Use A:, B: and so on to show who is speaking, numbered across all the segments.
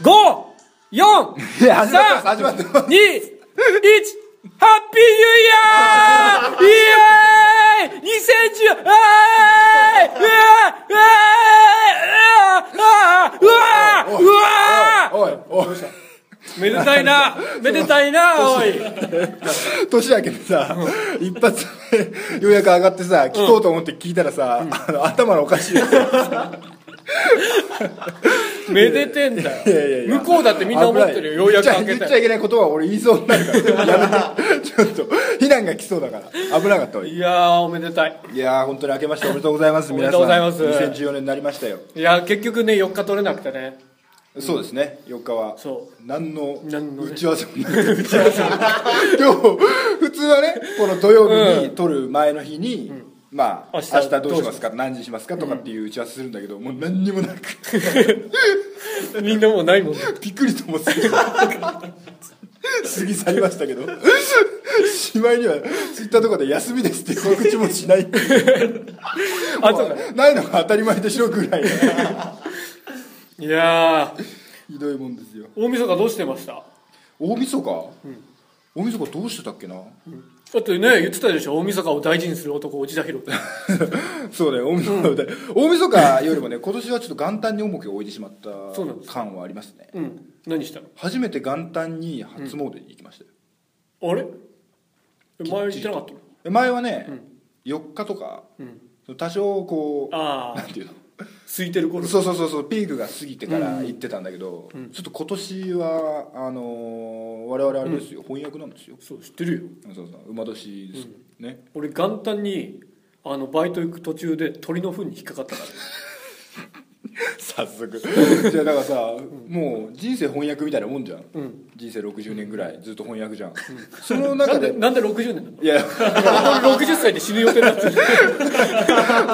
A: 五、四、
B: いや始まってま
A: 三、
B: す始まってます
A: 二、一、ハッピーニューイヤーイエーイ !2010! うわーいうわーうわーうわーうわーうわ
B: おいおい
A: ーめでたいなめでたいなおい
B: 年明けでさ一発目ようやく上がってさ聞こうと思って聞いたらさ、あの頭のおかしいやつ
A: めでてんだ
B: いやいやいや
A: よ向こうだってみんな思ってるよようやく開け
B: 言っちゃ
A: た
B: 言っちゃ
A: よ
B: いけない言葉を俺言いそうになるからやめてちょっと避難が来そうだから危なかったわい
A: いやーおめでたい
B: やー本当に明けましておめでとうございます
A: おめ
B: 皆
A: でと
B: さん
A: うございます
B: 2014年になりましたよ、
A: いやー結局ね4日取れなくてね
B: そうですね4日は
A: そ
B: 何の
A: 何のね
B: 打ち合わせも なく今日普通はねこの土曜日に撮る前の日に、まあ、
A: 明
B: 明
A: 日
B: 日どうしますか何時にしますかとかっていう打ち合わせするんだけど、もう何にもなく
A: みんなもうないもんね
B: びっくりともする過ぎ去りましたけどしまいにはツイッターとかで休みですっていう告知もしないっていう
A: あそうか
B: ないのが当たり前でしょぐらいの
A: いやー
B: ひどいもんですよ
A: 大晦日どうしてました
B: 大晦日か、大晦日どうしてたっけな、
A: だってね言ってたでしょ大晦日を大事にする男内田博
B: そうだよ大晦日の歌い、大晦日よりもね今年はちょっと元旦に重きを置いてしまった
A: そうなんです
B: 感はありますね
A: うん何したの
B: 初めて元旦に初詣に行きましたよ、
A: あれえ前言ってなかったの
B: で前はね、4日とか、多少こう
A: あ
B: な
A: あ
B: んていうの
A: 空いてる頃
B: そうそうそうそうピークが過ぎてから行ってたんだけど、ちょっと今年はあのー我々あれですよ、翻訳なんですよ
A: そう知ってるよ
B: そうそう馬年です、ね
A: 俺元旦にあのバイト行く途中で鳥の糞に引っかかったからね
B: 早速 じゃあだからさ、もう人生翻訳みたいなもんじゃん、人生60年ぐらいずっと翻訳じゃん、その
A: な
B: 中
A: んで
B: で
A: なんで60年なの
B: いや
A: 俺60歳で死ぬ予定だった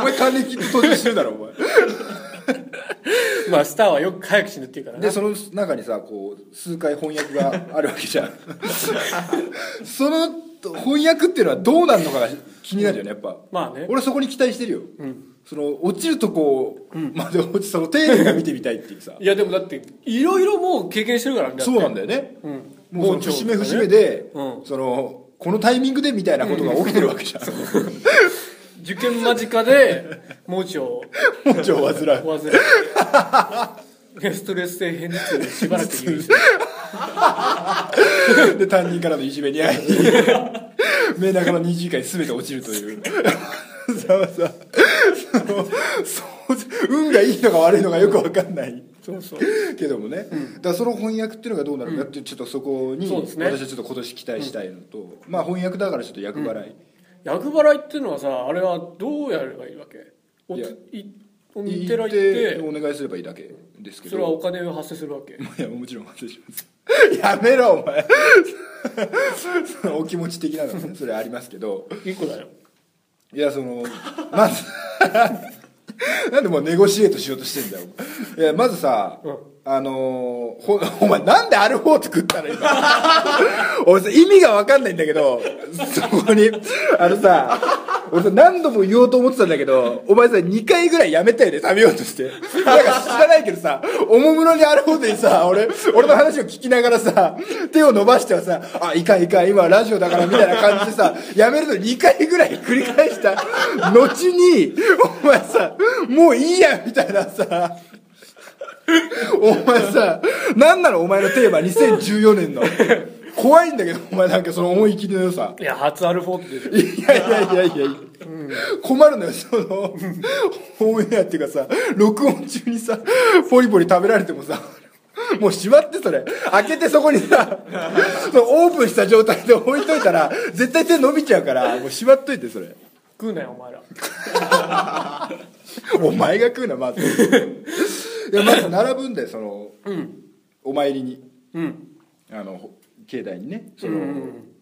B: お前還暦って途中してるだろお前
A: まあスターはよく早く死ぬっていうから
B: で
A: ね
B: その中にさこう数回翻訳があるわけじゃんその翻訳っていうのはどうなるのかが気になるよねやっぱ、
A: まあね
B: 俺そこに期待してるよ、その落ちるとこまで落ちその丁寧が見てみたいっていうさ
A: いやでもだっていろいろもう経験してるからね
B: そうなん
A: だ
B: だよね、
A: ん
B: もうその
A: 盲腸
B: 節
A: とか
B: 目
A: ね
B: 節目で、
A: うん
B: そのこのタイミングでみたいなことが起きてるわけじ ゃん
A: って 受験間近で盲腸を
B: 盲腸を患
A: 患
B: う
A: いでストレス性偏頭痛でしばらく入院して
B: で担任からのいじめに遭いメーナーからの20回全て落ちるというざわざわそのそう運がいいのか悪いのかよく分かんない
A: そうそう
B: けどもね、だからその翻訳っていうのがどうなるかっていうちょっとそこに、
A: そうですね
B: 私はちょっと今年期待したいのと、まあ翻訳だからちょっと役払い、
A: 厄払いっていうのはさあれはどうやればいいわけお
B: いや
A: いお
B: 言
A: 寺行って
B: お願いすればいいだけですけ
A: それはお
B: ど
A: 金を発生するわけ
B: いやもちろん反省しますやめろお前 そのお気持ち的なのはねそれありますけど
A: 一個だよ
B: いやそのまず なんでもうネゴシエートしようとしてんだよいやまずさ、
A: うん
B: あのーほお前なんでアルフォート食ったの今俺さ意味が分かんないんだけどそこにあのさ俺さ何度も言おうと思ってたんだけどお前さ2回ぐらいやめたよね食べようとしてなんか知らないけどさおもむろにアルフォートにさ俺俺の話を聞きながらさ手を伸ばしてはさあいかんいかん今ラジオだからみたいな感じでさやめるの2回ぐらい繰り返した後にお前さもういいやみたいなさお前さ、なんなのお前のテーマ、2014年の。怖いんだけど、お前なんかその思い切りの良さ。
A: いや初アルフォートでしょ
B: いやいやいやいやいや、困るのよ、その、オンエアっていうかさ、録音中にさ、ポリポリ食べられてもさ、もうしまってそれ。開けてそこにさ、そのオープンした状態で置いといたら、絶対手伸びちゃうから、もうしまっといて、それ。
A: 食うなよお前ら
B: お前が食うな、まず。いや、まず並ぶんだよ、その、お参りに。
A: うん
B: あのほ境内にねその、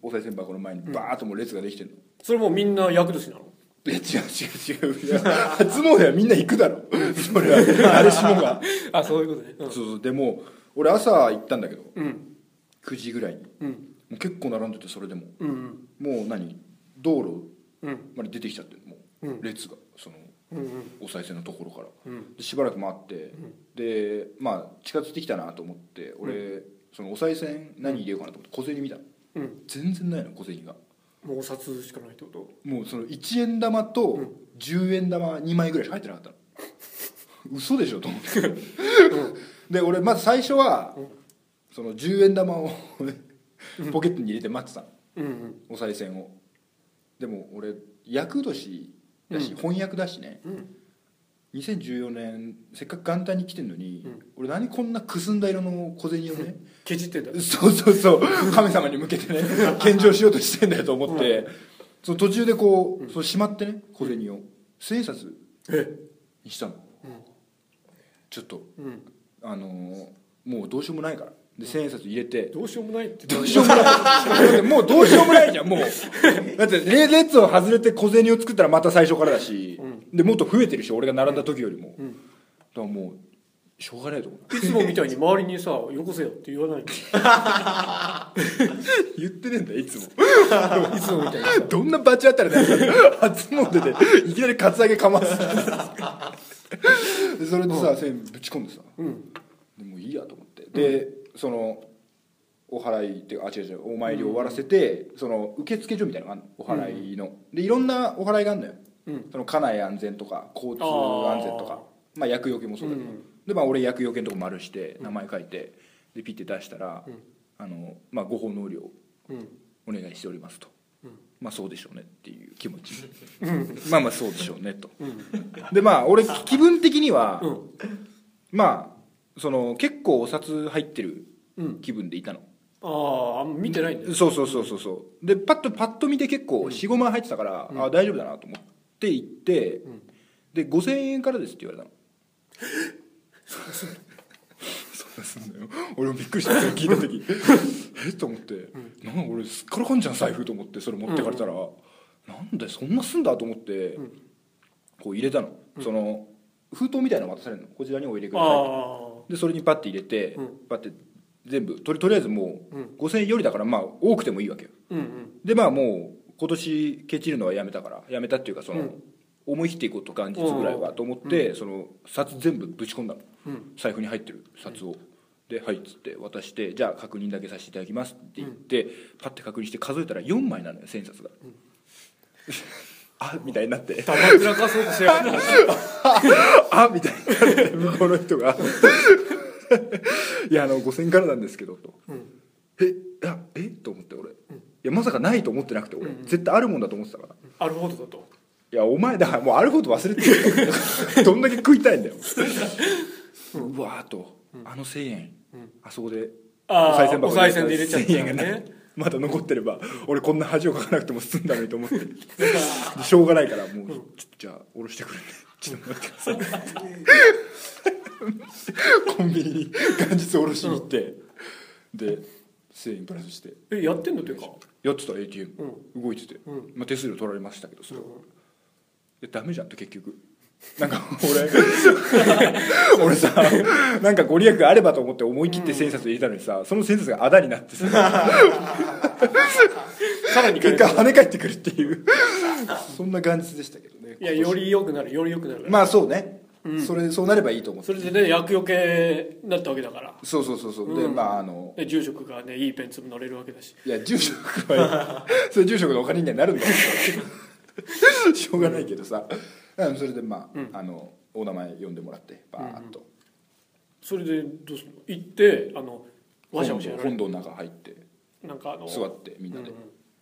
B: お賽銭箱の前にバーッともう列ができてるの、
A: それもうみんな厄年なの
B: いや違う違う違ういや初詣はみんな行くだろそれはあれしもが
A: あそういうことね、うん
B: そうそうでも俺朝行ったんだけど、
A: ん
B: 9時ぐらいに、もう結構並んでてそれでも、
A: うん
B: もう何道路
A: うん
B: まで出てきちゃってるもう、列がそのお賽銭のところから、でしばらく待って、でまあ近づいてきたなと思って俺、そのお賽銭何入れようかなと思って小銭見たの、
A: うん
B: 全然ないの小銭が
A: もうお札しかないってこと
B: もうその1円玉と10円玉2枚ぐらいしか入ってなかったの、嘘でしょと思って、で俺まず最初は、その10円玉をポケットに入れて待ってたの、
A: うんうん
B: お賽銭をでも俺厄年だし、翻訳だしね、2014年せっかく元旦に来てんのに、俺何こんなくすんだ色の小銭をね、
A: ケチってんだ
B: そうそうそう神様に向けて ね献上しようとしてんだよと思って、その途中でこう、そのしまってね小銭を千円札
A: え
B: にしたの、ちょっと
A: うん
B: あのーもうどうしようもないからで千円札入れて、
A: どうしようもないって
B: どうしようもないだってもうどうしようもないじゃんも うだってレ列を外れて小銭を作ったらまた最初からだし、でもっと増えてるし俺が並んだ時よりも、だからもうしょうがないと思う
A: いつもみたいに周りにさよこせよって言わないの
B: 言ってねえんだよいつも
A: いつもみたいに
B: どんなバチ当たりだよ 初詣でいきなりカツアゲかますでそれでさ1000円ぶち込んでさ、
A: うん
B: でもういいやと思ってで、そのお祓いっていうかあ違う違うお参り終わらせて、その受付所みたいなのがあんのお祓いの、でいろんなお祓いがあるのよ、
A: うん
B: その家内安全とか交通安全と
A: あ
B: かまあ厄除けもそうだけど、
A: うん
B: でまあ俺厄除けのとこ丸して名前書いてでピッて出したら、あのまあご奉納料
A: うん
B: お願いしておりますと、まあそうでしょうねっていう気持ち、 まあまあそうでしょうねと、でまあ 俺気分的には、
A: うん
B: まあその結構お札入ってる
A: うん
B: 気分でいたの、
A: あああんま見てないんだよ
B: そうそうそうそうそうでパッとパッと見て結構45万入ってたから、あ大丈夫だなと思って行って、で5000円からですって言われ たのそんなすんだよ俺もびっくりしたそれ聞いた 時えっと思って、なんか俺すっからかんじゃん財布と思ってそれ持ってかれたら、なんでそんなすんだと思って、こう入れたの、その封筒みたいなの渡されるのこちらにお入れくださいって
A: あ
B: でそれにパッて入れて、
A: うん
B: パッて全部とりとりあえずもう、
A: うん
B: 5000円よりだからまあ多くてもいいわけよ
A: あうんうん
B: でまあもう今年ケチるのはやめたからやめたっていうかその、
A: うん
B: 思い切っていこうと元日ぐらいはと思って、その札全部ぶち込んだの、
A: うん
B: 財布に入ってる札を、で「はい」っつって渡して「じゃあ確認だけさせていただきます」って言って、パッて確認して数えたら4枚なのよ千円札が、 あみたいになって
A: 黙ってらかそうとしてやるんだ
B: あみたいになって向こうの人が「いやあの5000からなんですけど」と
A: うん
B: 「えあえと思って俺、いやまさかないと思ってなくて俺、絶対あるもんだと思ってたから「
A: アルフォートだと
B: いやお前だからもうあること忘れてるよ どんだけ食いたいんだよ」うわーっと、あの1000円、あそこで
A: あー
B: お賽
A: お賽銭で入れちゃった
B: 1000
A: のね
B: 円がないまだ残ってれば俺こんな恥をかかなくても済んだのにと思って でしょうがないからもう、ちょっとじゃあ下ろしてく れねちょっと待ってくださいコンビニに元日おろしに行って、で1000円プラスして
A: えやってんのというか
B: やってた ATM、動いてて、まあ、手数料取られましたけどそれは、いやダメじゃんって結局なんか 俺俺さなんかご利益があればと思って思い切って千円札入れたのにさその千円札があだになってさ
A: さらに 軽
B: 結
A: い
B: 果跳ね返ってくるっていうそんな元日でしたけどね
A: いやより良くなるより良くなる
B: まあそうね、それそうなればいいと思っ
A: そ
B: て
A: れでね厄除けになったわけだから
B: そうそうそうそう、でまああの
A: で住職がねいいペンツも乗れるわけだし
B: いや住職は それ住職のお金にはなるんだけど しょうがないけどさうんそれでまあ,、あのお名前呼んでもらってバーッと、
A: それでどうするの行ってあのわしゃわ
B: 本
A: しゃ
B: 堂
A: やられ
B: 本
A: る
B: 堂の中入って
A: なんかあの
B: 座ってみんなで、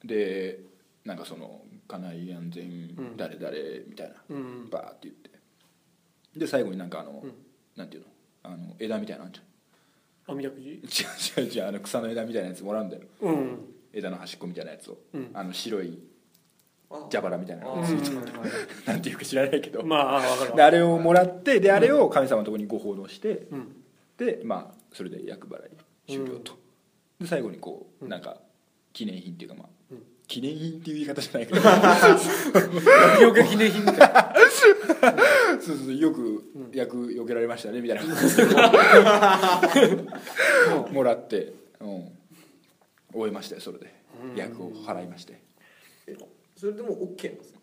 B: でなんかその「家内安全誰々」みたいな、
A: うん
B: バーって言ってで最後になんかあの、なんていうのあの枝みたいなのあんじゃ ん
A: 網だくじ
B: 違う違う違うあの草の枝みたいなやつもらうんだよ
A: うん
B: 枝の端っこみたいなやつを、
A: うん
B: あの白い
C: あ
B: 蛇腹みたいなの
A: う
B: がついてる
A: ん
B: なんていうか知らないけど、
A: まあ分か
B: で
A: るわ
B: あれをもらってであれを神様のところにご奉納して、
A: うん
B: でまあそれで厄払い終了と、で最後にこうなんか記念品っていうかまあ、記念品っていう言い方じゃないけど
A: 厄除け記念品みたいな
B: そうそうよく厄避けられましたねみたいな感じでこうもらって、うん、終えましたよそれで厄を払いまして
C: それでも OK なんですか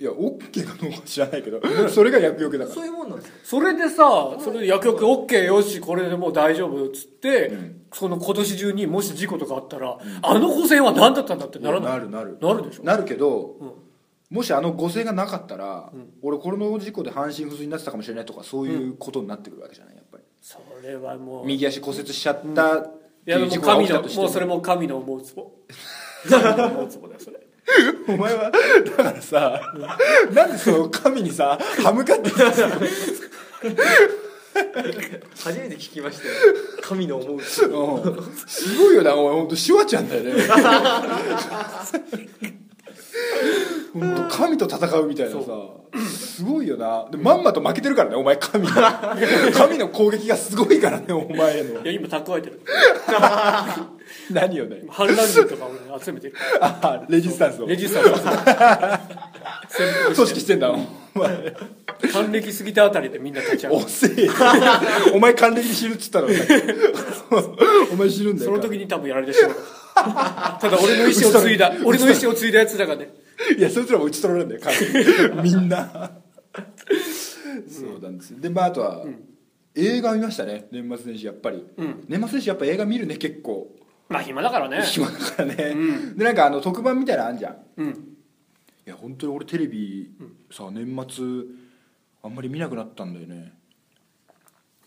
B: いやオッケーかどうか知らないけど、それが厄除けだから
C: そういうもんなんですか
A: それでさそれで薬局 OK よしこれでもう大丈夫っつって、その今年中にもし事故とかあったら、あの補正は何だったんだってならない
B: なるなる
A: なるでしょ
B: なるけど、もしあの5000円がなかったら、俺この事故で半身不随になってたかもしれないとかそういうことになってくるわけじゃないやっぱり
A: それはもうい
B: 右足骨折しちゃったって
A: や
B: い
A: で
B: う
A: も
B: 事故が起
A: 神
B: きた
A: の
B: として
A: もうそれも神の思うつ ぼ神の思うつぼだよそれ
B: お前はだからさ、なんでその神にさ歯向か ってきたの
C: 初めて聞きましたよ神の思う
B: うんすごいよなお前本当シュワちゃん だよね本当神と戦うみたいなさすごいよなでまんまと負けてるからねお前神に神の攻撃がすごいからねお前への
A: いや今蓄えてる
B: 何よね
A: 反乱軍とかをね、集めてる
B: あレジスタンスを
A: レジスタン
B: 組織してんだお前
A: ス還暦過ぎたあたりでみんな立ち上がる
B: 遅えよお前還暦に死ぬっつった のお前死ぬんだ
A: そ
B: よ
A: の時に多分やられてしまう ただ俺の意思を継いだ俺の意思を継いだやつらがね
B: いやそいつらも打ち取られるんだよ神みんなそうなんですよでまああとは、映画見ましたね年末年始やっぱり、年末年始やっぱ映画見るね結 構
A: まあ暇だからね
B: 暇だからね、でなんかあの特番みたいなのあんじゃんい
A: うん
B: や本当に俺テレビさ年末あんまり見なくなったんだよね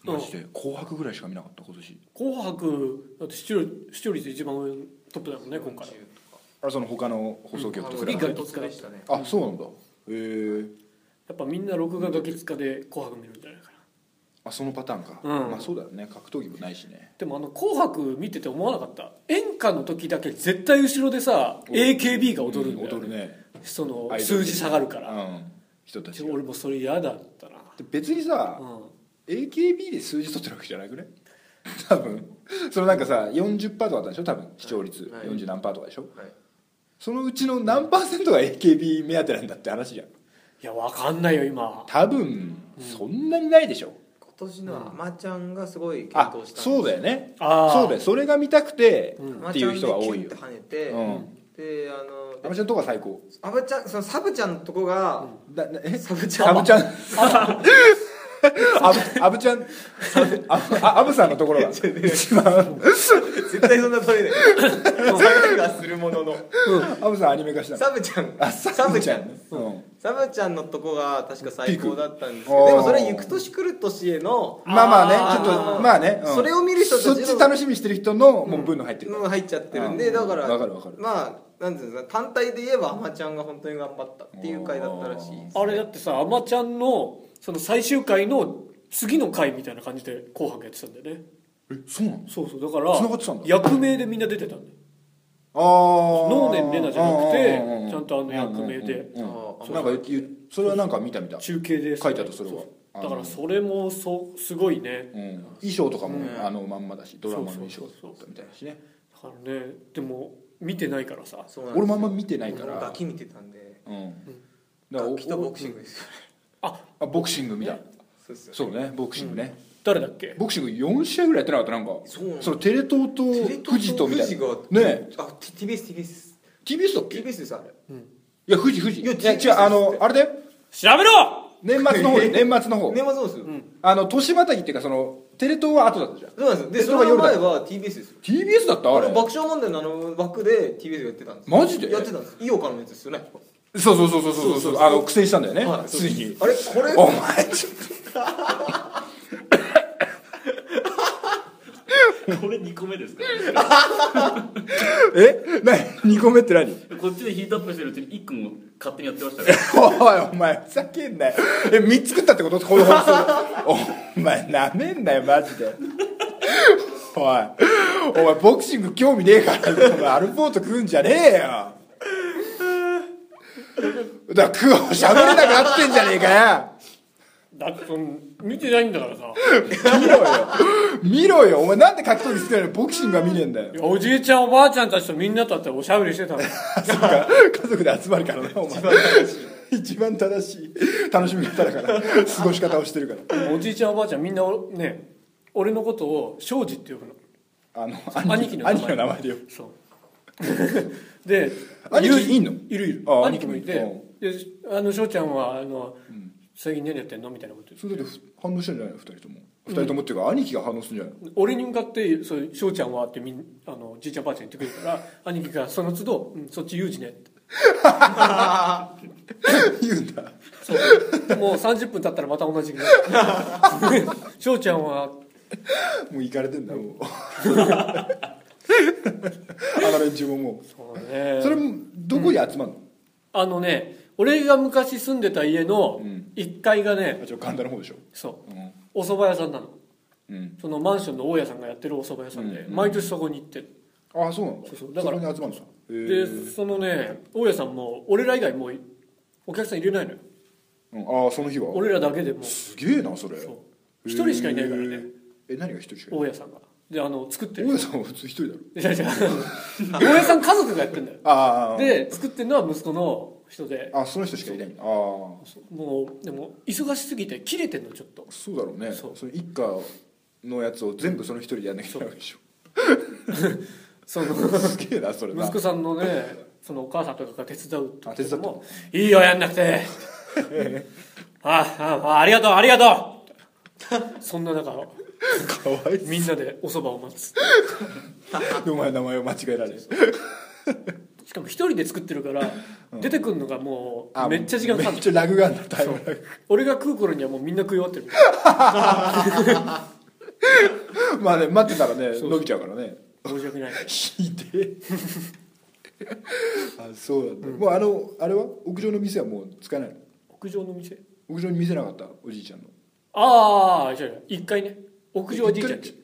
B: マジで「紅白」ぐらいしか見なかった今年
A: 紅白だって視聴視聴率一番上トップだもんね今回
B: あその他の放送局と比べ
A: うん
B: て、
A: あのと疲れてた
C: ね
B: あそうなんだへえ
A: やっぱみんな録画が月日で紅白見るんじゃないかな
B: あそのパターンか、
A: うん
B: まあそうだよね格闘技もないしね
A: でもあの「紅白」見てて思わなかった演歌の時だけ絶対後ろでさ AKB が踊るんだよ、ね
B: 踊るね
A: その
B: アイドル
A: 数字下がるから、
B: うん、人たちが
A: 俺もそれ嫌だったな
B: で別にさ、
A: うん
B: AKB で数字取ってるわけじゃなくね 多分そのなんかさ40%とかあったでしょ多分視聴率、
C: はい
B: 40何パーとかでしょ
C: はい
B: そのうちの何パーセントが AKB 目当てなんだって話じゃん
A: いやわかんないよ今
B: 多分そんなにないでしょ、
C: 今年のアマちゃんがすごい検
B: あ
C: 討した
B: そうだ
C: よ
B: よね
A: あー
B: そうだよそれが見たくて
C: ア
B: っ
C: マ
B: て
C: ち
B: い
C: ゃ
B: うん
C: で
B: 人
C: キ
B: が多い
C: ュンっ
B: よ
C: て跳ねて
B: うん
C: であ
B: あ
C: の
B: まちゃんとか最高
C: アマちゃんそのサブちゃんのとこが
B: だなえ
C: サブちゃん
B: アブちゃん アブアブちゃんアブあアブさんのところが一番
C: 絶対そんな 取れないサブがするものの
B: アブさんアニメ化したの
C: サブちゃん
B: あサブちゃんねうん
C: サブちゃんのとこが確か最高だったんですけ
B: ピー
C: ど
B: ク
C: でもそれ行く年来る年への
B: まあまあね
C: あー
B: ちょっとまあね、うん
C: それを見る人たち
B: そ
C: の
B: っち楽しみにしてる人のもう分の入ってる、
C: のが入っちゃってるん
B: う
C: で
B: ん
C: だから
B: わかるわかる
C: まあなんていうんですか単体で言えばアマちゃんが本当に頑張ったっていう回だったらしいです
A: あれだってさあまちゃんのその最終回の次の回みたいな感じで「紅白」やってたんだよね
B: えそうなの
A: そうそうだから
B: 繋がってたんだ
A: 役名でみんな出てたんだよ
B: ああ
A: 能年玲奈じゃなくてちゃんとあの
B: 役
A: 役
B: 名
A: 名で
C: あー
B: なんか言うそれはなんか見た見た、
A: 中継で
B: 書いてあったそれはあの
A: だからそれもそうすごいね
B: うん、衣装とかも、
C: うん
B: あのまんまだしドラマの衣装
A: そう
B: だ
A: そうそう
B: ったみたいだしね
A: だからねでも見てないからさ
C: そうなんです
B: 俺もあんま見てないか
C: 俺も
B: ら
C: ガキ見てたんで
B: うんだから
C: ガ
B: お
C: キとボクシングですよ
B: あボクシング見た、
C: そうっすよ
B: そうねボクシングね、
A: 誰だっけ
B: ボクシング4試合ぐらいやってなかったなんか
C: そうなの
B: のテレ東と
C: テレ東と
B: 富士とみたいな
C: 富士が
B: ねえ
C: あ TBSTBS
B: TBS だっけ
C: TBS ですあれ
B: いや富士富士い
C: いや
B: や違
C: TBS
B: うあのあれだよ
A: 調べろ
B: 年末の方で年末の方
C: 年末そうですよ
B: あの年またぎっていうかそのテレ東は後だったじゃん
C: そうなんですよで
B: で
C: それの
B: それが
C: 前
B: 夜
C: は TBS ですよ
B: TBS だったあ
C: あれ
B: れ
C: 爆笑問題のあの枠で TBS がやってたんですよ
B: マジで
C: やってたんです井岡のやつですよね
B: そうそうそうそうそうそうあの苦戦したんだよね、
C: はい
B: ついに
C: あれこれ
B: お前ちょっ
D: これ2個目ですか
B: とえ何2個目って何
D: らこっちでヒートアップしてるうちに1個も勝手にやってま したね
B: おいお前ふざけんなよえ3つ食ったってことこの放送お前なめんなよマジでおいお前ボクシング興味ねえからお前アルフォート食うんじゃねえよだから食おうしゃべれなくなってんじゃねえかよ
A: だってその見てないんだからさ
B: 見ろよ見ろよお前なんで格闘技好きなのにボクシングが見ねえんだよ
A: いやおじいちゃんおばあちゃんたちとみんなと会っておしゃべりしてたの
B: そっか家族で集まるからなお前一番正しい楽しみ方だから過ごし方をしてるから
A: おじいちゃんおばあちゃんみんなおね俺のことを庄司って呼ぶの
B: あの
A: 兄
B: 兄
A: 貴
B: 貴
A: の名前
B: の兄貴の名前でよ
A: そうで
B: 兄貴
A: 友人
B: いんの
A: いるいる
B: あ
A: 兄貴もいて
B: う
A: であの翔ちゃんはあの、最近何やってんのみたいなこと言って
B: それだってふ反応してんじゃないの2人とも2人ともっていうか、兄貴が反応するんじゃないの
A: 俺に向かって「そう翔ちゃんは?」ってみんあのじいちゃんばあちゃん言ってくる から兄貴がその都度、うん「そっち言うじね」って
B: 言うんだ
A: そうもう30分経ったらまた同じぐらい 翔ちゃんは
B: もう行かれてんだもう あの連中もも
A: そう
B: う、
A: ね
B: それもどこに集まるの、
A: あのね俺が昔住んでた家の
B: うん
A: 1階が
B: あ
A: ね、
B: ちょ神田の方でしょ
A: そう
B: うん
A: お蕎麦屋さんなの
B: うん
A: そのマンションの大家さんがやってるお蕎麦屋さんで、
B: うんうん
A: 毎年そこに行ってる
B: ああそうなの
A: そうそうだから
B: そこに集まるんですかへ
A: で
B: ー
A: そのね大家さんも俺ら以外もうお客さん入れないのよ
B: うん、ああその日は
A: 俺らだけでもう
B: すげえなそれ
A: そう
B: へー
A: 一人しかいないからね
B: え何が一人しかいない
A: 大家さんがであの作って
B: 大家
A: る
B: さんは普通一人だろ
A: いやいや大家さん家族がやってんだよ
B: ああ
A: で作ってるのは息子の人で
B: あその人しかいないんだああ
A: もうでも忙しすぎて切れてんのちょっと
B: そうだろうね
A: そ
B: そうの一家のやつを全部その一人でやんなきゃいけないわけでしょ
A: その
B: すげえなそれな
A: 息子さんのねそのお母さんとかが手伝う
B: あ手伝っても
A: 「いいよやんなくて」あああありがとうありがとうそんな中
B: かわいい
A: みんなでおそばを待つ
B: お前名前を間違えられる
A: しかも一人で作ってるから出てくるのがもうめっちゃ時間かか
B: め
A: る
B: っちゃラグがあんだタイムラグ
A: 俺が食う頃にはもうみんな食い終わってる
B: まあね待ってたらね伸びちゃうからね
A: 申し訳ない
B: ひでえ あそうなんだ、もうあのあれは屋上の店はもう使えないの
A: 屋上の店
B: 屋上に見せなかったおじいちゃんの
A: ああじゃあ一回ね屋上はじいちゃんち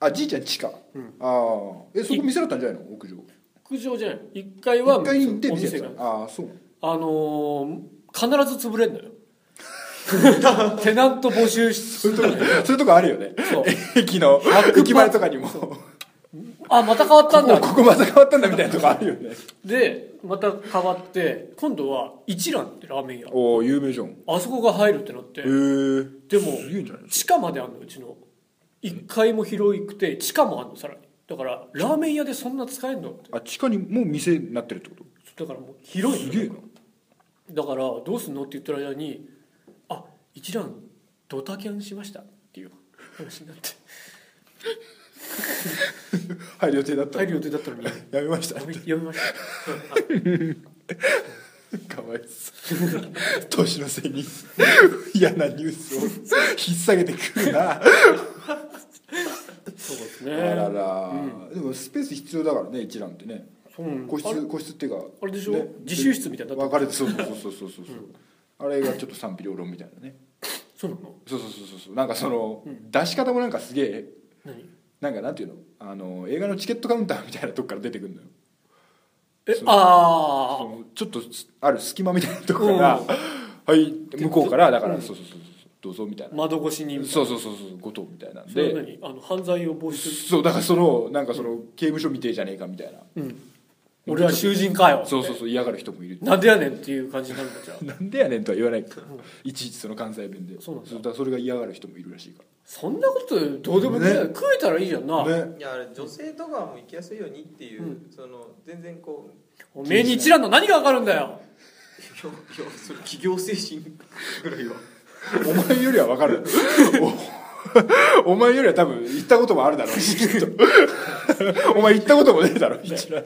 B: あじいちゃん地下、
A: うん
B: ああえそこ見せだったんじゃないの屋上
A: 屋上じゃない一階は
B: 1階に行って
A: お
B: 見せ
A: 店
B: た
A: が
B: ああそうなの
A: あのー、必ず潰れんの よテナント募集するのよ
B: そういうとこあるよね
A: そう
B: 駅の
A: 100%
B: 駅前とかにもも
A: あまた変わったん
B: う
A: だ
B: ここまた変わったんだみたいなとこあるよね
A: でまた変わって今度は一蘭ってラーメン屋
B: おお有名じゃんへ
A: あそこが入るってなって
B: え
A: でも
B: すげえんじゃない
A: 地下まであるのうちの1階も広くて地下もあるのさらにだからラーメン屋でそんな使えんのって
B: あ地下にもう店になってるってこと
A: だからもう広い
B: す
A: の
B: げえな
A: だからどうすんのって言ってる間に「あ一蘭ドタキャンしました」っていう話にな って
B: 入る予定だったの
A: 入る予定だったのにや
B: やめました
A: めやめました
B: かわいそう年のせいに嫌なニュースを引っ提げてくるなあ
A: そうですね
B: らら、でもスペース必要だからね一覧ってね
A: そうなん
B: 個
A: あれ
B: 室個室っていうか
A: あれでしょ
B: ね
A: 自習室みたいになって
B: 分かれてそうそうそうそうそうそう、あれがちょっと賛否両論みたいなね
A: そうなの
B: そうそうそうそうそうなんかその、出し方もなんかすげえ
A: 何
B: なんかなんていうのあの映画のチケットカウンターみたいなとこから出てくるのよ
A: え
B: そうそ
A: あ
B: のちょっとある隙間みたいなとこから、はい向こうからだから、そうそうそうそうどうぞみたい
A: あ
B: な、
A: 窓越しに
B: そうそうそうそう後藤みたいなん
A: それは何
B: で
A: あの犯罪を防止する
B: そうだからそのなんかその刑務所みてえじゃねえかみたいな
A: うん俺は囚人かよ
B: そうそうそう嫌がる人もいる
A: なんでやねんっていう感じになるんだじゃあ
B: なんでやねんとは言わないから、いちいちその関西弁で
A: そうなんだ
B: だからそれが嫌がる人もいるらしいか
A: そんなことどうでもいい、
B: ね
A: 食えたらいいじゃんな、
B: らね
C: いやあれ女性とかも行きやすいようにっていう、
A: う
C: その全然こう
A: おめえに一覧の何がわかるんだ よ
C: いやいやそれ企業精神ぐらいは
B: お前よりは分かるお お前よりは多分行ったこともあるだろうしきっと お前行ったこともねえだろ一覧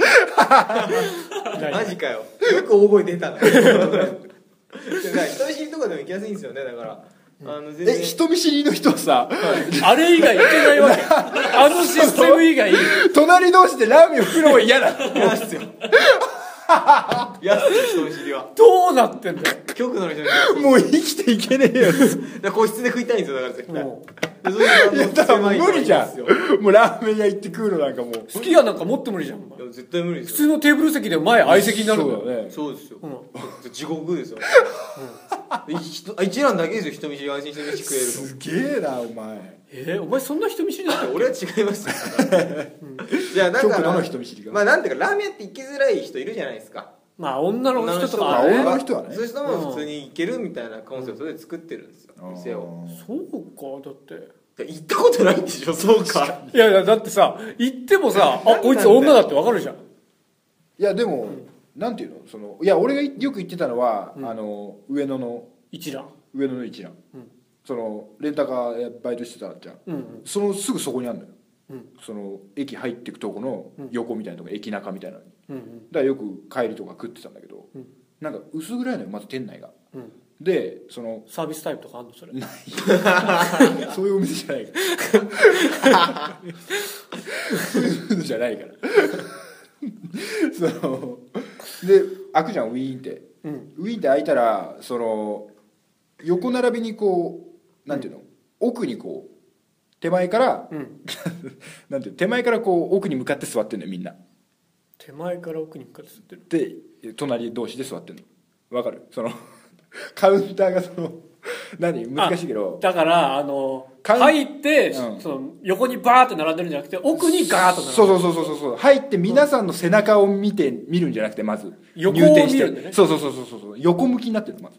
C: マジかよよく大声出たなでだから人見知りとかでも行きやすいんですよねだから、あの全然
B: え人見知りの人はさ
A: あれ以外いけない わけあのシステム以外
B: 隣同士でラーメンを食うのも嫌だ
C: 嫌ですよ嫌っすよ人見知りは
A: どうなってん だよ
C: 極度の人見
B: もう生きていけねえよ
C: 知りだから個室で食いたいんですよだから絶対
A: も
C: でそういうあの
B: いやだからも
C: 狭いと
B: う無
C: こがい
B: 理
C: い
B: じゃ
C: ですよ
B: んもうラーメン屋行って食うのなんかもう
A: う好きやなんか持ってもいいじゃんお前
C: いや絶対無理で
A: 普
C: すよ
A: 通のテーブル席で前相席になるんだよ
B: そうだね
C: そうですよ、
A: う
C: 地獄ですよ、い人あ一覧だけですよ人見知り安心して飯食えるの
B: すげえなお前
A: えーお前そんな人見知りだった
C: 俺は違いますいやだか
B: 極
C: ら
B: 度の人見知りが、
C: まあなんていうかラーメン屋って行きづらい人いるじゃないですか
A: まあ女の人とか
B: まあ
A: はね
B: 女の人はね
C: そういう人も普通に行けるみたいなコンセプトで作ってるんですよ、店を
A: そうかだって
C: いや行ったことないでしょそうか
A: いやいやだってさ行ってもさあこいつ女だってわかるじゃん
B: いやでも、なんていうのそのいや俺がよく言ってたのは、あの上野の
A: 一覧
B: 上野の一覧、そのレンタカーやバイトしてたじゃん、
A: うんうん
B: そのすぐそこにあるのよ、
A: うん
B: その駅入ってくとこの横みたいなとこ、駅中みたいなのに
A: うんうん
B: だからよく帰りとか食ってたんだけど、
A: うん
B: なんか薄暗いのよまず店内が
A: うん
B: でその
A: サービスタイムとかあんのそれ
B: そういうお店じゃないからそういうのじゃないからそので開くじゃんウィーンって
A: うん
B: ウィーンって開いたらその横並びにこうなんていうの、奥にこう手前から
A: うん
B: なんていうの手前からこう奥に向かって座ってんのよみんな
A: 手前から奥に向かって吸ってる
B: で隣同士で座ってんのわかるそのカウンターがその何難しいけど
A: だからあの
B: かん
A: 入って、
B: うん
A: その横にバーって並んでるんじゃなくて奥にガーッと並んでる
B: そうそうそうそうそうそう入って皆さんの背中を見て見るんじゃなくてまず
A: 横を
B: 入店し
A: 見
B: て
A: るんだね
B: そうそうそうそうそう横向きになってるのまず、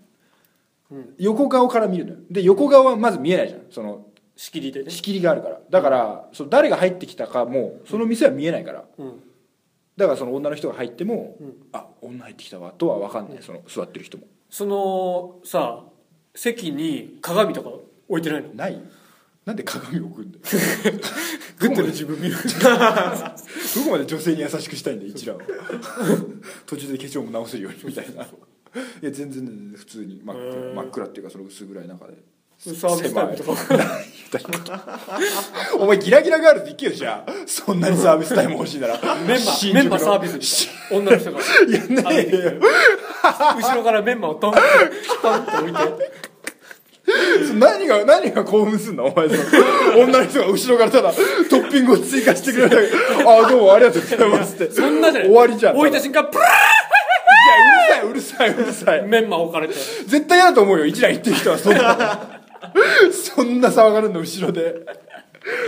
A: うん
B: 横顔から見るのよで横顔はまず見えないじゃんその
A: 仕切りでね
B: 仕切りがあるからだから、そう誰が入ってきたかもその店は見えないから
A: うん
B: だからその女の人が入っても、
A: うん
B: あ女入ってきたわとは分かんない、その座ってる人も
A: そのさ席に鏡とか置いてないの
B: ないなんで鏡を置くんだよ
A: グッドで自分見 る
B: どこまで女性に優しくしたいんだよ一覧は途中で化粧も直せるようにみたいないや全然全然普通に真っ
A: へ
B: 暗
A: ー
B: 真っ暗っていうかその薄暗い中で
A: サービスタイムとか
B: お前ギラギラガールズ行けよじゃあそんなにサービスタイム欲しいなら
A: メンマ
B: 新宿の
A: メンマサービスみたいな女の人が
B: いやねえよ
A: 後ろからメンマをトントンって置いて
B: そ何が、何が興奮すんのお前その、女の人が後ろからただ、トッピングを追加してくれたああ、どうもありがとうございますって。
A: そんなじゃない
B: 終わりじゃん。
A: 置いた
B: い
A: 瞬間プル
B: や、うるさい、うるさい、
A: ー
B: うるさい。
A: メンマ置かれて
B: 絶対嫌だと思うよ、一覧行ってる人は、そんな。そんな騒がれるの、後ろで。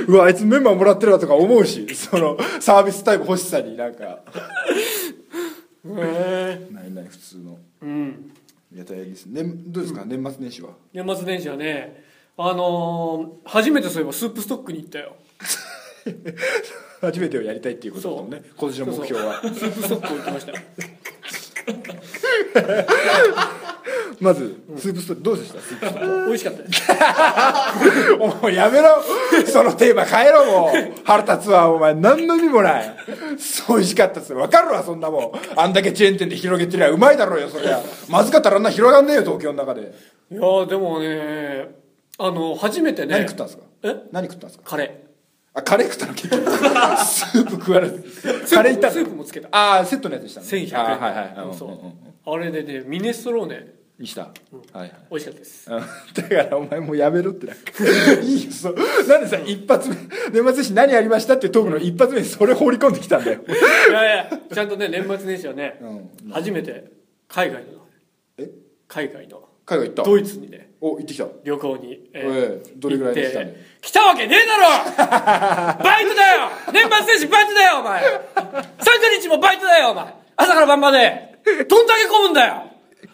B: うわ、あいつメンバーもらってるわとか思うし、その、サービスタイム欲しさになんか。
A: へ
B: ないない、普通の。
A: えうん
B: いや、大変です。年、どうですか、年末年始は。
A: 年末年始はねあのー初めてそういえばスープストックに行ったよ
B: 初めてをやりたいっていうことだもんね、今年の目標は。
A: スープストックを行きましたよ
B: まず、スープストック、どうでしたスープストック。
A: 美味しかったです
B: お前やめろそのテーマ変えろもう腹立つわお前何の意味もないそう美味しかったっす分かるわそんなもんあんだけチェーン店で広げてりゃうまいだろうよそりゃまずかったらあんな広がんねえよ東京の中で
A: いやーでもねあの初めてね
B: 何食ったんですか
A: え
B: 何食ったんですか
A: カレ
B: あカレー食ったの結局スープ食われず
A: ー
B: カレーいった
A: スー
B: の
A: プもつけた
B: ああセットのやつでしたね
A: 1100円
B: あーはいはいはい
A: そううん
B: うん
A: あれでねミネストローネ
B: うんにしたはいはい
A: 美味しかった です
B: うんだからお前もうやめろってなんかいいよそうなんでさ一発目年末年始何ありましたっていうトークの一発目にそれ放り込んできたんだよ
A: いやいやちゃんとね年末年始はね
B: うん
A: 初めて海外の
B: え
A: 海外の
B: 海外行った
A: ドイツにね
B: お行ってきた
A: 旅行に、え
B: ええどれぐらいで来たの
A: 行って来たわけねえだろ バイトだよ年末年始バイトだよお前三が日もバイトだよお前朝から晩までどんだけ混むんだよ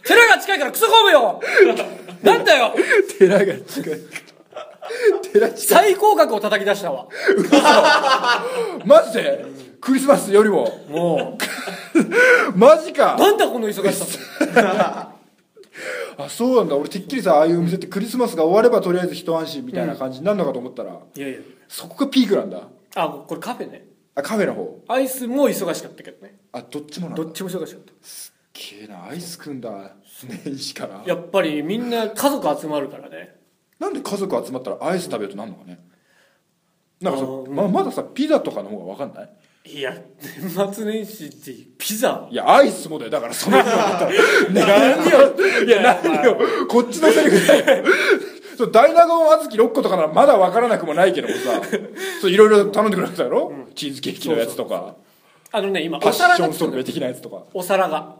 A: 寺が近いからクソ混むよなんだよ
B: 寺が近い寺近い
A: 最高額を叩き出したわ
B: マジでクリスマスよりも
A: も
B: マジ
A: う
B: か
A: なんだこの忙しさ
B: あそうなんだ俺てっきりさああいうお店ってクリスマスが終わればとりあえず一安心みたいな感じになるのかと思ったら、
A: いやいや
B: そこがピークなんだ
A: あこれカフェね
B: あカフェの方
A: アイスも忙しかったけどね
B: あどっちもなんだ
A: どっちも忙しかった
B: きれいなアイスくんだ年始から
A: やっぱりみんな家族集まるからね
B: なんで家族集まったらアイス食べるとなんのかねなんかさ
A: あーうん
B: ままださピザとかの方が分かんない
A: いや年末年始ってピザ
B: いやアイスもだよだからその人だったらね
A: 何をいや
B: 何よこっちのセリフだよそう大納言小豆6個とかならまだ分からなくもないけどもさそういろいろ頼んでくれただろ、チーズケーキのやつとか
A: あのね今
B: パ
A: お
B: ッショ
A: 皿
B: ン
A: が
B: ソルベ的なやつとか
A: お皿が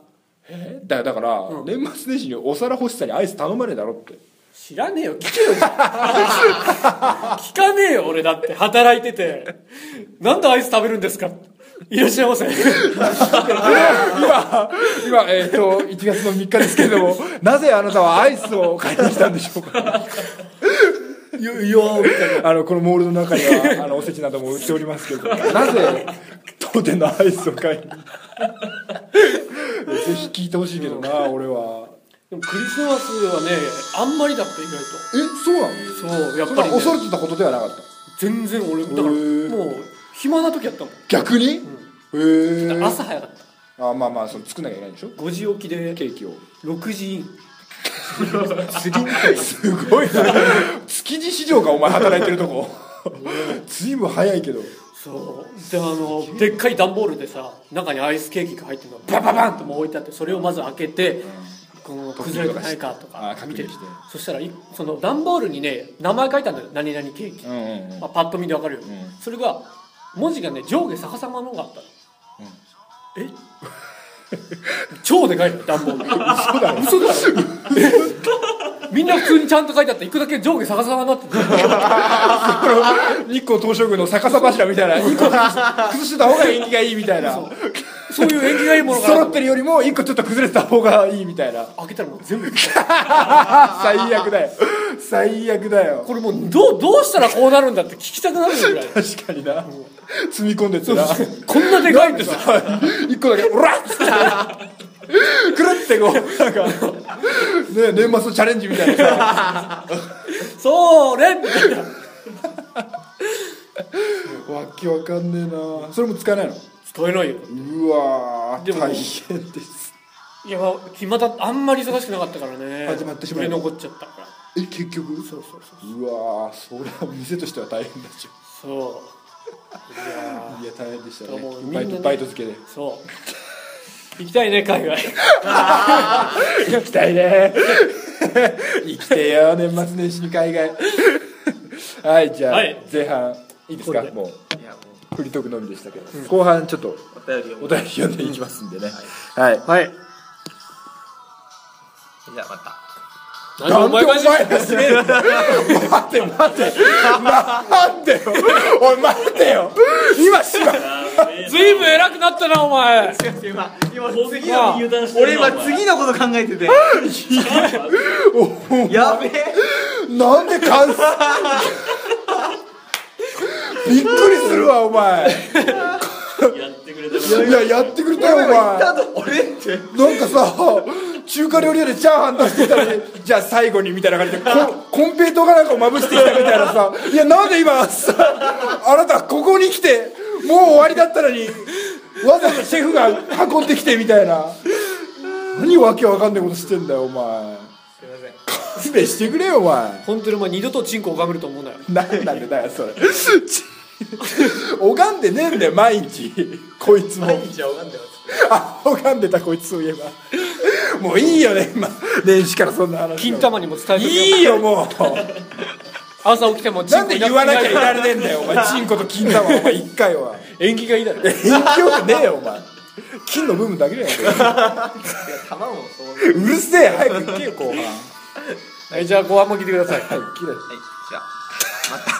B: えだだから、年末年始にお皿欲しさにアイス頼まねえだろって
A: 知らねえよ聞けよ じゃあ聞かねえよ俺だって働いててなんでアイス食べるんですかいらっしゃいませ
B: 今今えっ、と1月の3日ですけれどもなぜあなたはアイスを買いに来たんでしょうか
A: いやいやみたいな
B: あのこのモールの中にはあのおせちなども売っておりますけれどもなぜ当店のアイスを買いにぜひ聞いてほしいけどな俺は
A: でもクリスマスはねあんまりだった意外と
B: えそうなの
A: そうやっ
B: そ
A: ぱ
B: れ
A: り、
B: は
A: ね、
B: 恐れてたことではなかった
A: 全然俺だから
B: へ
A: も
B: ー
A: う暇な時やったもん
B: 逆に、へえ
A: 朝早かった
B: あまあまあその作んなきゃいけないでしょ
A: 5時起きで
B: ケーキを
A: 6時イン
B: すごいな築地市場がお前働いてるとこずいぶん早いけど
A: そうであのでっかい段ボールでさ中にアイスケーキが入ってるのバババンともう置いてあってそれをまず開けて、この崩れてないかと
B: あ
A: か
B: 確認
A: 見てる
B: して
A: そしたらいその段ボールにね名前書いてあるんだよ何々ケーキ、
B: うんうんうん
A: まあ、パッと見でわかるよ、それが文字がね上下逆さまのがあったの、え 超でかいの段ボール嘘だろ嘘だろみんな普通にちゃんと書いてあって行くだけ上下逆さまになってて
B: 日光東照宮の逆さ柱みたいな一個崩してた方が縁起がいいみたいな
A: そういう縁起がいいものがある
B: 揃ってるよりも一個ちょっと崩れてた方がいいみたいな
A: 開けたらもう全部
B: 最悪だよ最悪だよ
A: これもうどうどうしたらこうなるんだって聞きたくなるぐらい
B: 確かにな積み込んでってな
A: こんなでかいってさ
B: 一個だけ「オラッ!」っつってくるってこうなんかね年末のチャレンジみたいなさ
A: それみたいな
B: わけわかんねえなそれも使えないの
A: 使えないよ
B: うわ
A: で
B: ー
A: も
B: 大変です
A: いや暇だあんまり忙しくなかったからね
B: 始まってしまう
A: 売れ残っちゃったから
B: え結局
A: そうそうそう
B: うわーそれは店としては大変だし
A: そういや
B: いや大変でした
A: もう
B: ね
A: みん
B: バ
A: な
B: イ
A: ね
B: トバイト付けで
A: ーそう行きたいね海外
B: 行きたいね行きてえよ年末年始に海外はいじゃあ、
A: はい
B: 前半いいですか
A: これで
B: も
C: いやもう
B: うフリートークのみでしたけど、後半ちょっと
C: お便りを
B: お便り読んでいきますんでね、はい、
A: はい
C: じゃあまた
A: 何お前がし
B: が締め る待て待て待てよおい待てよ今閉ま
A: ずいぶん偉くなったなお前
C: 違う違う今今次
D: 次の
C: の
D: 油断して
C: 俺
D: るな
C: 今次のこと考えててやべえ
B: なんで完成 びっくりするわお前
D: お前やってくれたない
B: ややってくれたよお前
C: ただ俺って
B: なんかさ中華料理屋でチャーハン出してきたのに じゃあ最後にみたいな感じでこコンペイトーかなんかをまぶしてきたみたいなさいやなんで今さあなたここに来てもう終わりだったのにわざわざシェフが運んできてみたいな何わけわかんないことしてんだよお前
C: すいません
B: 勘弁してくれよお前
A: 本当にお前二度とチンコをかめると思うなよ
B: 何なんでだよそれち拝んでねえんだよ毎日こいつも
C: 毎日は拝んでます
B: あ拝んでたこいつそういえばもういいよね今年始からそんな話は
A: 金玉にも伝えて
B: いいよ もう
A: 朝起きてもチン
B: なん
A: コ
B: で
A: いな
B: 言
A: く
B: わなき
A: な
B: ゃい
A: る
B: られねえんだよお 前チンコと金玉お前一回は
A: 縁起がいいだろ
B: 影響ねえよお前金の部分だけだよ
C: いや卵もそう
B: うるせえ早く行けよ後半 はい
A: はいじゃあ後半も聞いてください
B: 切れ
C: はいじゃあまた